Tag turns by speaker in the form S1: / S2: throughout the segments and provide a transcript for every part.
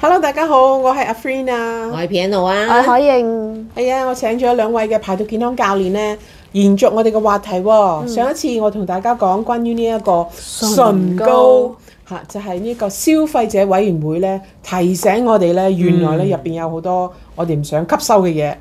S1: Hello，大家好，我係阿 Freen 啊。
S2: 外 piano
S3: 我
S2: 啊，
S3: 可認
S1: 係啊，我請咗兩位嘅排毒健康教練呢，延續我哋嘅話題喎、上一次我同大家講關於呢一個唇
S3: 唇
S1: 膏
S3: 膏
S1: 嚇、就係、呢個消費者委員會呢提醒我哋呢，原來呢入邊有好多我哋唔想吸收嘅嘢。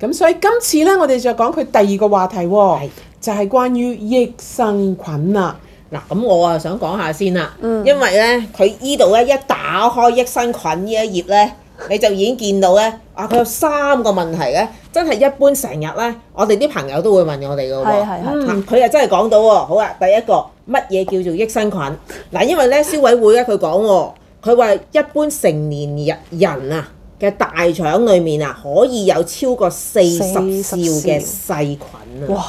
S1: 咁所以今次呢，我哋就講佢第二個話題喎、
S2: 係
S1: 就係關於益生菌啦。
S2: 嗱咁我啊想講下先啦，
S3: 嗯
S2: 因為咧佢依度咧一打開益生菌呢一頁咧，你就已經見到咧，啊佢有三個問題咧，真係一般成日咧，我哋啲朋友都會問我哋嘅
S3: 係
S2: 喎。
S3: 係係，
S2: 嗯，佢又真係講到喎，好啊，第一個乜嘢叫做益生菌？嗱，因為咧消委會咧佢講喎，佢話一般成年人人啊嘅大腸裏面啊，可以有超過四十兆嘅細菌啊！
S3: 哇！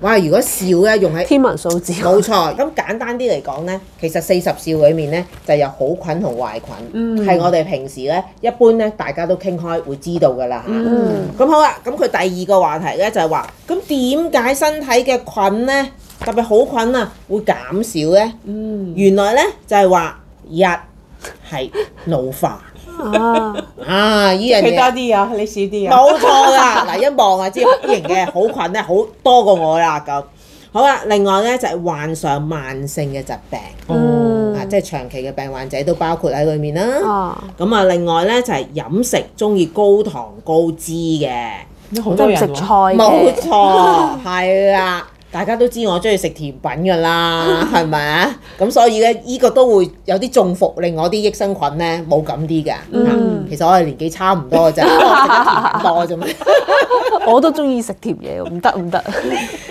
S2: 哇，如果兆咧用喺
S3: 天文數字，
S2: 冇錯，咁簡單啲嚟講呢，其實四十兆裏面呢，就有好菌同壞菌，
S1: 嗯
S2: 係、我哋平時呢，一般呢，大家都傾開會知道噶啦嚇。
S1: 嗯
S2: 咁好啦，咁佢第二個話題呢，就係話，咁點解身體嘅菌呢，特別好菌啊，會減少呢？
S1: 嗯，
S2: 原來呢，就係話一係老化
S3: 啊，
S2: 啊，呢樣
S1: 佢多
S2: 嘢。
S1: 啲啊，你少啲啊。
S2: 冇錯啦， 嗱一望啊知型嘅好菌咧好多過我啦咁。好啦，另外咧就係患上慢性嘅疾病，
S3: 嗯
S2: 啊即係長期嘅病患者都包括喺裏面啦。
S3: 啊，
S2: 咁啊，另外咧就係飲食中意高糖高脂嘅，
S1: 好
S3: 都
S1: 多
S3: 唔
S1: 人
S3: 食
S1: 喎
S3: 菜
S2: 冇
S3: 嘅，
S2: 錯，係啦。大家都知我中意食甜品㗎啦，係咪啊？咁所以咧，依、個都會有啲中伏，令我啲益生菌咧冇咁啲㗎。
S3: 嗯
S2: 其實我哋年紀差唔多㗎咋，不 過我食得甜多啫嘛。
S3: 我都中意食甜嘢喎，唔得唔得，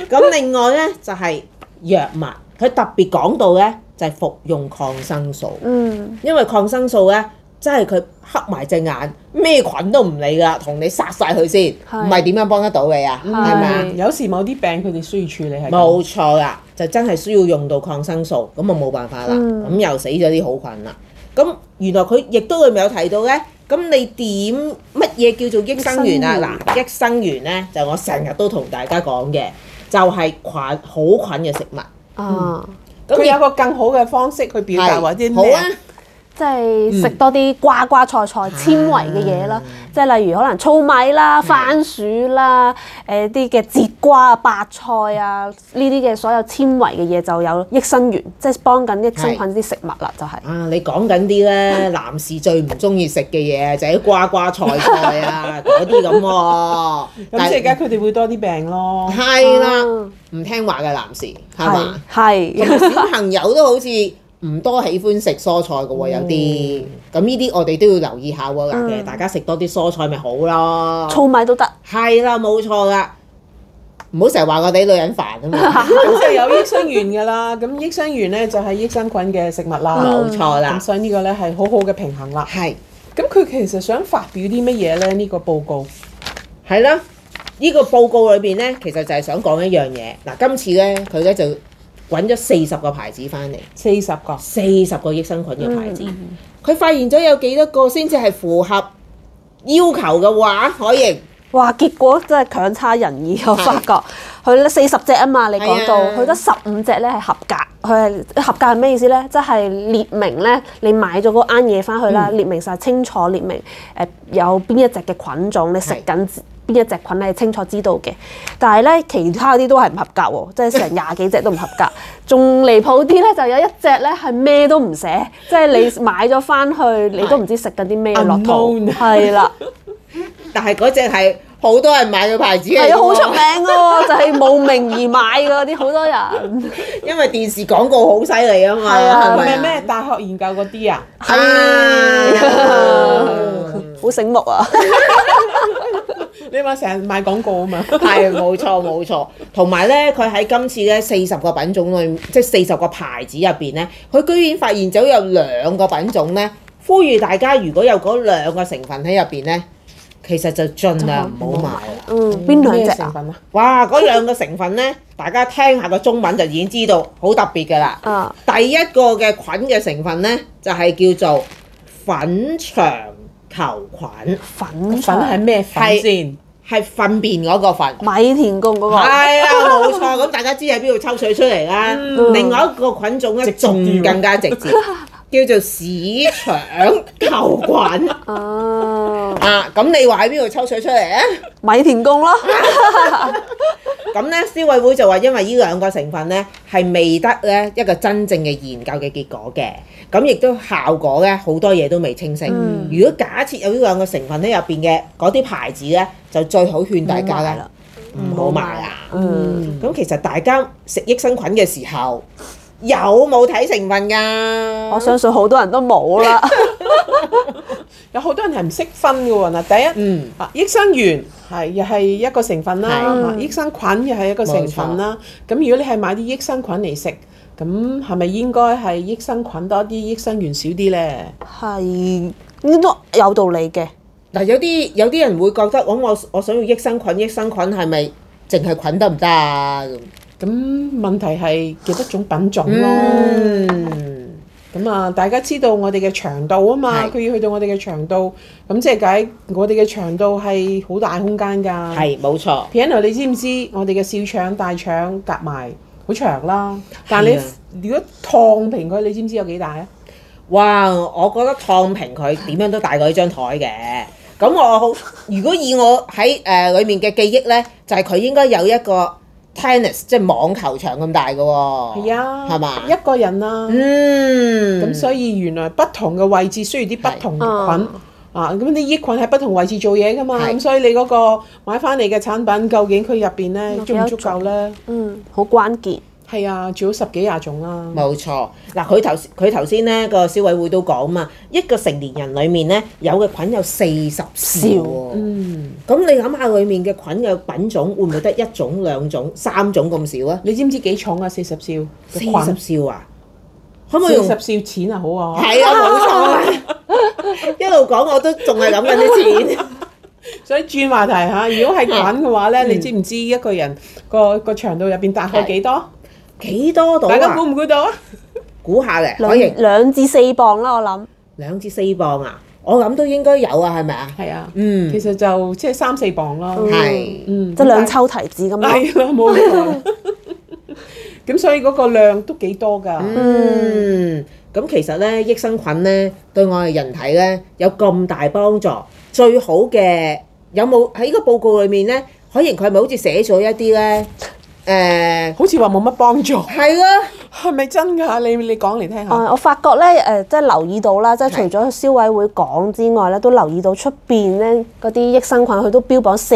S2: 咁另外咧就係、藥物，佢特別講到咧就係、服用抗生素，
S3: 嗯，
S2: 因為抗生素咧真係佢黑埋隻眼，咩菌都唔理噶，同你殺晒佢先，
S3: 係
S2: 唔係點樣幫得到你啊？係
S3: 係
S2: 咪啊？
S1: 嗯有時某啲病佢哋需要處理係咁
S2: 冇錯啦，就真係需要用到抗生素，咁啊冇辦法啦，咁、
S3: 嗯
S2: 又死咗啲好菌啦。咁原來佢亦都裏面有提到咧，咁你點乜嘢叫做益生元啊？嗱，益生元咧就我成日都同大家講嘅，就係、菌好菌嘅食物。
S3: 啊，
S1: 佢有個更好嘅方式去表達
S2: 係
S1: 或者
S2: 好
S1: 咩
S2: 啊？
S3: 即係食多啲瓜瓜菜菜纖維嘅嘢啦，即係例如可能糙米啦、番薯啦、誒啲嘅節瓜啊、白菜啊呢啲嘅所有纖維嘅嘢就有益生元，即係幫緊益生菌啲食物啦，就係
S2: 啊！你講緊啲咧，男士最唔中意食嘅嘢就係啲瓜瓜菜 菜啊，嗰啲咁喎。
S1: 咁即係而哦家佢哋會多啲病 咯。
S2: 係啦，
S3: 啊
S2: 唔聽話嘅男士係嘛
S3: 係？啊係。
S2: 咁小朋友都好似唔多喜歡食蔬菜嘅喎，有啲咁呢啲我哋都要留意下喎。嗱、
S3: 嗯
S2: 大家食多啲蔬菜咪好咯。
S3: 糙米都得，
S2: 係啦，冇錯啦，唔好成日話我哋女人煩啊嘛。
S1: 咁即係有益生元㗎啦。咁益生元咧就係益生菌嘅食物啦。
S2: 冇錯
S1: 咁
S2: 啦，
S1: 所以呢個咧係好好嘅平衡啦。
S2: 係
S1: 嗯咁佢其實想發表啲乜嘢咧？呢個報告
S2: 係啦。呢個報告裏邊呢，其實就係想講一樣嘢。嗱，今次呢，佢呢就揾咗四十個牌子翻嚟，
S1: 四十個，
S2: 四十個益生菌嘅牌
S3: 嗯
S2: 子，佢、發現咗有幾多個先至係符合要求嘅話，可以。
S3: 哇！結果真係強差人意，我發 覺佢咧四十隻啊嘛，你講到
S2: 係啊
S3: 佢得十五隻咧係合格，佢係合格係咩意思咧？即係列明咧，你買咗嗰啱嘢翻去啦，
S2: 嗯
S3: 列明晒清楚列明誒、呃有邊一隻嘅菌種，你食
S2: 係
S3: 緊邊一隻菌你係清楚知道嘅。但係咧其他啲都係唔合格喎，即係 成廿幾隻都唔合格。仲離譜啲咧，就有一隻咧係咩都唔寫，即係你買咗翻去你都唔知食緊啲咩落肚，
S1: Unknown
S3: 係啦。
S2: 但係嗰只係好多人買嘅哦牌子嚟
S3: 係
S2: 㗎
S3: 啊，好
S2: 喎
S3: 出名噶喎，就係慕名而買噶啲好多人，
S2: 因為電視廣告好犀利啊嘛，
S3: 係啊
S2: 係
S1: 係
S2: 咪
S1: 咪
S2: 啊
S1: 咩大學研究嗰啲啊？
S3: 啊
S2: 係
S3: 好醒目啊！
S1: 你話成日賣廣告啊嘛？
S2: 係冇錯冇錯，同埋咧，佢喺今次咧四十個品種裏，即係四十個牌子入邊咧，佢居然發現咗有兩個品種咧，呼籲大家如果有嗰兩個成分喺入邊咧，其實就盡量唔好買 啦。
S3: 嗯，邊兩
S1: 咩
S3: 隻
S1: 成
S3: 啊？
S1: 分啊？
S2: 哇！嗰兩個成分咧，大家聽下個中文就已經知道好特別㗎啦。
S3: 啊，
S2: 第一個嘅菌嘅成分呢，就係、叫做粉腸球菌，
S3: 粉
S1: 粉係
S3: 腸
S1: 咩粉
S2: 係
S1: 先？
S2: 係糞便嗰個粉。
S3: 米田共嗰個，
S2: 係啊，冇錯。咁大家知喺邊度抽水出嚟啦。另外一個菌種咧，
S1: 嗯直接啲
S2: 仲
S1: 喎
S2: 更加直接，叫做市場球菌
S3: 啊，
S2: 啊！咁你話喺邊度抽水出嚟啊？
S3: 米田共咯，
S2: 咁咧，消委會就話因為呢兩個成分咧係未得咧一個真正嘅研究嘅結果嘅，咁亦都效果咧好多嘢都未清晰。
S3: 嗯
S2: 如果假設有呢兩個成分喺入邊嘅嗰啲牌子咧，就最好勸大家咧唔好買啊！
S3: 嗯，
S2: 咁其實大家食益生菌嘅時候有冇睇成分㗎？
S3: 我相信好多人都冇啦，
S1: 有好多人係唔識分嘅喎。嗱，第一
S2: 嗯
S1: 啊，益生元係又係一個成分啦，
S2: 係嗯
S1: 啊益生菌又係一個成分啦。咁如果你係買啲益生菌嚟食，咁係咪應該係益生菌多啲，益生元少啲咧？
S3: 係應該有道理嘅，
S2: 嗱，有啲有啲人會覺得，我哦我我想要益生菌，益生菌係咪淨係菌得唔得啊？咁
S1: 咁問題係幾多種品種咯？
S2: 嗯。
S1: 咁啊，大家知道我哋嘅腸道啊嘛，
S2: 係
S1: 佢要去到我哋嘅腸道，咁即係解我哋嘅腸道係好大空間㗎。
S2: 係冇錯，
S1: Piano，你知唔知我哋嘅小腸、大腸夾埋好長啦？但
S2: 係
S1: 係
S2: 啊
S1: 你如果燙平佢，你知唔知有幾大啊？
S2: 哇！我覺得燙平佢點樣都大過呢張台嘅。咁我好，如果以我喺誒裡面嘅記憶呢，就係、佢應該有一個 tennis 即係網球場咁大嘅喎、
S1: 係啊，
S2: 哦係嘛？
S1: 一個人啊，
S2: 嗯，
S1: 咁所以原來不同嘅位置需要啲不同嘅菌
S3: 係。
S1: 啊，咁啲益菌喺不同位置做嘢噶嘛，
S2: 係
S1: 咁所以你嗰個買翻嚟嘅產品，究竟佢入邊咧
S3: 有
S1: 足
S3: 幾多
S1: 唔足夠咧？
S3: 嗯，好關鍵，
S1: 係啊，最好十幾廿種啊啦。
S2: 冇錯，嗱佢頭佢頭先咧個消委會都講嘛，一個成年人裡面咧有嘅菌有四十兆喎，
S1: 嗯，
S2: 咁你諗下裡面嘅菌嘅品種會唔會得一種、兩種、三種咁少啊？
S1: 你知唔知幾重啊？四十兆
S2: 四
S1: 嘅菌，
S2: 十兆啊，可唔可以
S1: 四
S2: 用？
S1: 十兆錢啊，好啊，
S2: 係啊，冇錯啊，一路講我都仲係諗緊啲錢，
S1: 所以轉話題嚇，如果係菌嘅話咧，你知唔知一個人個個腸道入邊大概幾多？
S2: 幾多度
S1: 大家估
S2: 啊？
S1: 唔估到啊？
S2: 估下咧，可以
S3: 兩兩至四磅啦，我諗，
S2: 兩至四磅啊，我諗都應該有啊，係咪啊？
S1: 係啊，
S2: 嗯
S1: 其，實就即係三四磅咯。
S2: 係，
S1: 嗯，
S3: 即係兩抽提子咁咯，
S1: 係啦，冇 錯。咁所以嗰個量都幾多㗎。
S2: Ừ. 嗯，咁其實咧，益生菌咧對我哋人體咧有咁大幫助，最好嘅有冇喺個報告裏面咧？可能佢係咪好似寫咗一啲咧？誒，
S1: 好似話冇乜幫助，
S2: 係啦，
S1: 係咪真㗎？你你講嚟聽下。
S3: 呃誒，我發覺咧，誒、即係留意到啦，即係除咗消委會講之外咧，都留意到出邊咧嗰啲益生菌，佢都標榜四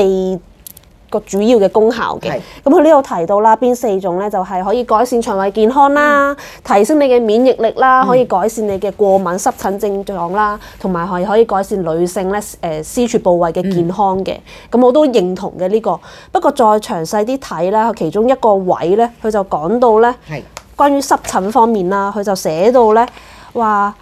S3: 個主要嘅功效嘅
S2: 係。
S3: 咁佢呢度提到啦，邊四種咧就係、可以改善腸胃健康啦，提升你嘅免疫力啦，可以改善你嘅過敏濕疹症狀啦，同埋係可以改善女性咧誒私處部位嘅健康嘅。咁、我都認同嘅呢、個，不過再詳細啲睇啦，其中一個位咧，佢就講到咧。
S2: 係
S3: 關於濕疹方面啦，佢就寫到咧話，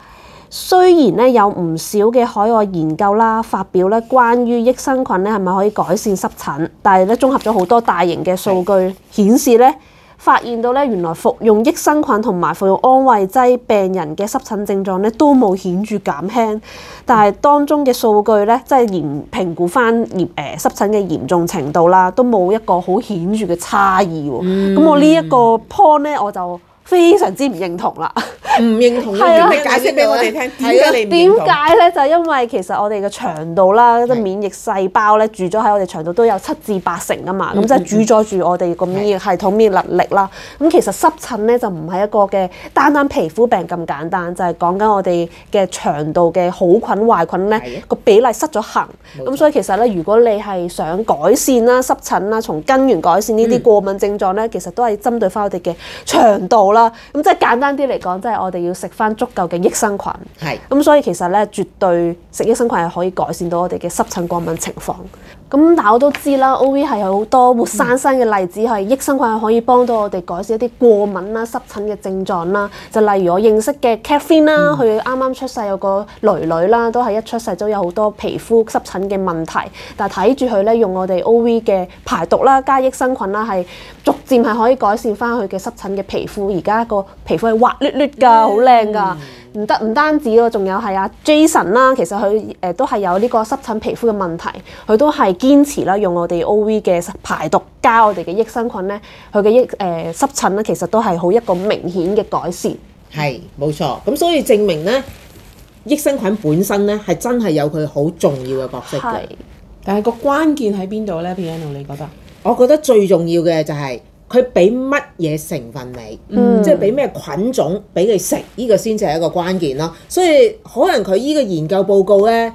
S3: 雖然咧有唔少嘅海外研究啦，發表咧關於益生菌咧係咪可以改善濕疹，但係咧綜合咗好多大型嘅數據顯示咧。發現到咧，原來服用益生菌同埋服用安慰劑，病人嘅濕疹症狀咧都冇顯著減輕，但係當中嘅數據咧，即係嚴評估翻嚴誒呃濕疹嘅嚴重程度啦，都冇一個好顯著嘅差異喎。咁、我呢一個 point 咧，我就非常之唔認同啦。
S2: 唔認同嘅
S3: 係啊
S2: 原因
S1: 你解釋俾我哋聽
S2: 係
S1: 點
S2: 啊
S1: 解你唔
S3: 點
S1: 認同
S3: 解咧？就係因為其實我哋嘅腸道啦，即係免疫細胞咧，住咗喺我哋腸道都有七至八成啊嘛，
S1: 嗯
S3: 咁即係主宰住我哋個免疫系統免疫能力啦。咁其實濕疹咧就唔係一個嘅單單皮膚病咁簡單，就係講緊我哋嘅腸道嘅好菌壞菌
S2: 係啊
S3: 咧個比例失咗衡。咁所以其實咧，如果你係想改善啦濕疹啦，從根源改善呢
S1: 嗯
S3: 啲過敏症狀咧，其實都係針對翻我哋嘅腸道啦。咁即係簡單啲嚟講，即係我哋要食翻足夠嘅益生菌。
S2: 係。
S3: 咁所以其實咧，絕對食益生菌係可以改善到我哋嘅濕疹過敏情況。咁但係我都知啦，O V 係有好多活生生嘅例子係益生菌係可以幫到我哋改善一啲過敏啦、濕疹嘅症狀啦。就例如我認識嘅 Catherine 啦，佢啱啱出世有個女女啦，都係一出世都有好多皮膚濕疹嘅問題。但係睇住佢咧用我哋 O V 嘅排毒啦、加益生菌啦，係逐漸係可以改善翻佢嘅濕疹嘅皮膚。而家個皮膚係滑捋捋㗎，好靚㗎。唔得唔單止喎，仲有係阿啊 Jason 啦，其實佢誒、呃都係有呢個濕疹皮膚嘅問題，佢都係堅持啦，用我哋 O V 嘅排毒呃加我哋嘅益生菌咧，佢嘅益誒濕疹咧，其實都係好一個明顯嘅改善。
S2: 係冇錯，咁所以證明咧，益生菌本身咧係真係有佢好重要嘅角色嘅。
S3: 係
S1: 但係個關鍵喺邊度呢 p i a n o 你覺得？
S2: 我覺得最重要嘅就係佢俾乜嘢成分你，
S3: 嗯
S1: Ừ.
S2: 即係俾咩菌種俾佢食，呢、個先至係一個關鍵咯。所以可能佢呢個研究報告咧，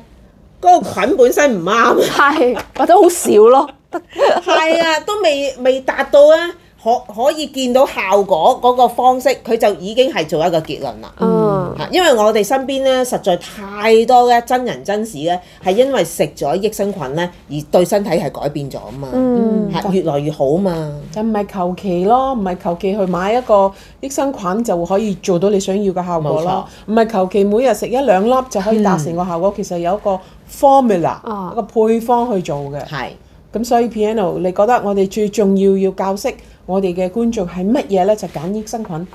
S2: 嗰、個菌本身唔 啱。啊
S3: 係或者好少咯，
S2: 係啊，都未未達到啊，可可以見到效果嗰個方式，佢就已經係做一個結論啦。
S3: 嗯
S2: 啊因為我哋身邊咧，實在太多咧真人真事咧，係因為食咗益生菌咧，而對身體係改變咗啊嘛，
S3: 嗯
S2: 係越來越好啊嘛。
S1: 就唔係求其咯，唔係求其去買一個益生菌就可以做到你想要嘅效果咯，唔係求其每日食一兩粒就可以達成個效果。其實有一個 formula，、
S3: 啊
S1: 一個配方去做嘅。
S2: 係
S1: 咁所以 piano，你覺得我哋最重要要教識我哋嘅觀眾係乜嘢呢？就揀益生菌。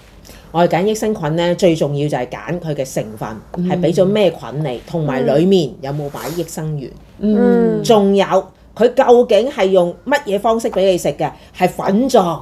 S2: 我哋揀益生菌咧，最重要就係揀佢嘅成分係俾咗咩菌你，同埋裡面有冇擺益生元。
S3: 嗯
S2: 仲有佢究竟係用乜嘢方式俾你食嘅？係粉狀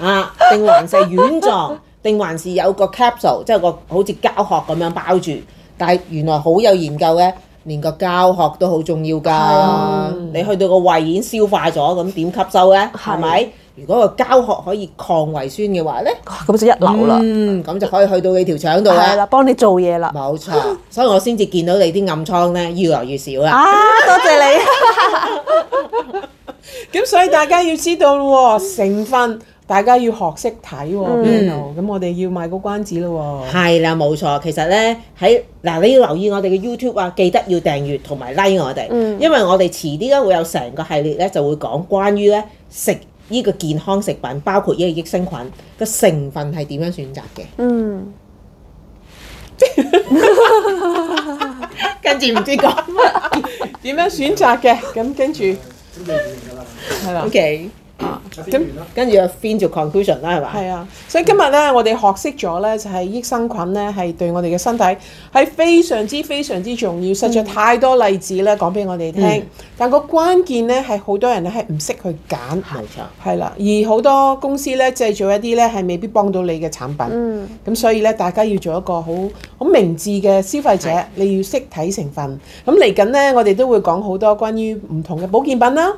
S2: 啊，定還是丸狀， 定還是有個 capsule，即係個好似膠殼咁樣包住？但係原來好有研究嘅，連個膠殼都好重要㗎。你去到個胃已經消化咗，咁點吸收呢？
S3: 係
S2: 係咪？如果個膠殼可以抗胃酸嘅話呢，
S3: 哇咁就一流啦，
S2: 嗯，咁就可以去到你條腸度
S3: 係
S2: 啦。
S3: 啦，幫你做嘢啦，
S2: 冇錯，所以我先至見到你啲暗瘡呢，越來越少啦。
S3: 啊，多謝你。
S1: 咁所以大家要知道咯喎，成分大家要學識睇喎，piano。咁我哋要賣個關子咯喎。
S2: 係啦，冇錯。其實咧喺嗱，你要留意我哋嘅 YouTube 啊，記得要訂閱同埋 like 我哋，
S3: 嗯
S2: 因為我哋遲啲咧會有成個系列咧就會講關於咧食呢個健康食品，包括呢個益生菌嘅成分係點樣選擇嘅。
S3: 嗯，
S2: 跟住唔知講乜。
S1: 點樣選擇嘅？咁跟住係啦
S2: O。K，
S1: 咁
S2: 跟住就 fin 做 conclusion 啦，係嘛？
S1: 係啊，所以今日咧，我哋學識咗咧，就係益生菌咧，係對我哋嘅身體係非常之非常之重要。實在太多例子咧，講俾我哋聽。
S2: 嗯
S1: 但個關鍵咧，係好多人咧係唔識去揀，
S2: 冇錯。
S1: 係啦。而好多公司咧製造一啲咧係未必幫到你嘅產品。
S3: 嗯
S1: 咁所以咧，大家要做一個好好明智嘅消費者，你要識睇成分。咁嚟緊呢，我哋都會講好多關於唔同嘅保健品啦，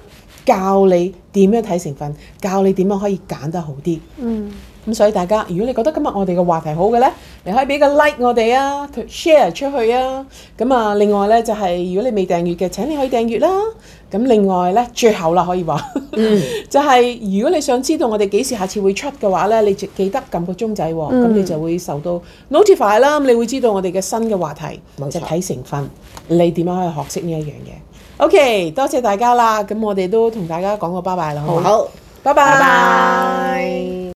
S1: 教你點樣睇成分，教你點樣可以揀得好啲。
S3: 嗯，
S1: 咁所以大家，如果你覺得今日我哋嘅話題好嘅呢，你可以俾個 like 我哋啊同，share 出去啊。咁啊，另外呢，就係、如果你未訂閱嘅，請你可以訂閱啦。咁另外呢，最後啦可以話， 就係如果你想知道我哋幾時下次會出嘅話呢，你就記得撳個鐘仔喎，咁、
S3: 嗯
S1: 你就會受到 notify 啦。咁你會知道我哋嘅新嘅話題，
S2: 冇錯
S1: 就睇成分，你點樣去學識呢一樣嘢。OK，多謝大家啦。咁我哋都同大家講個拜拜啦，好唔好，
S2: 好。
S1: 拜拜。
S3: 拜拜。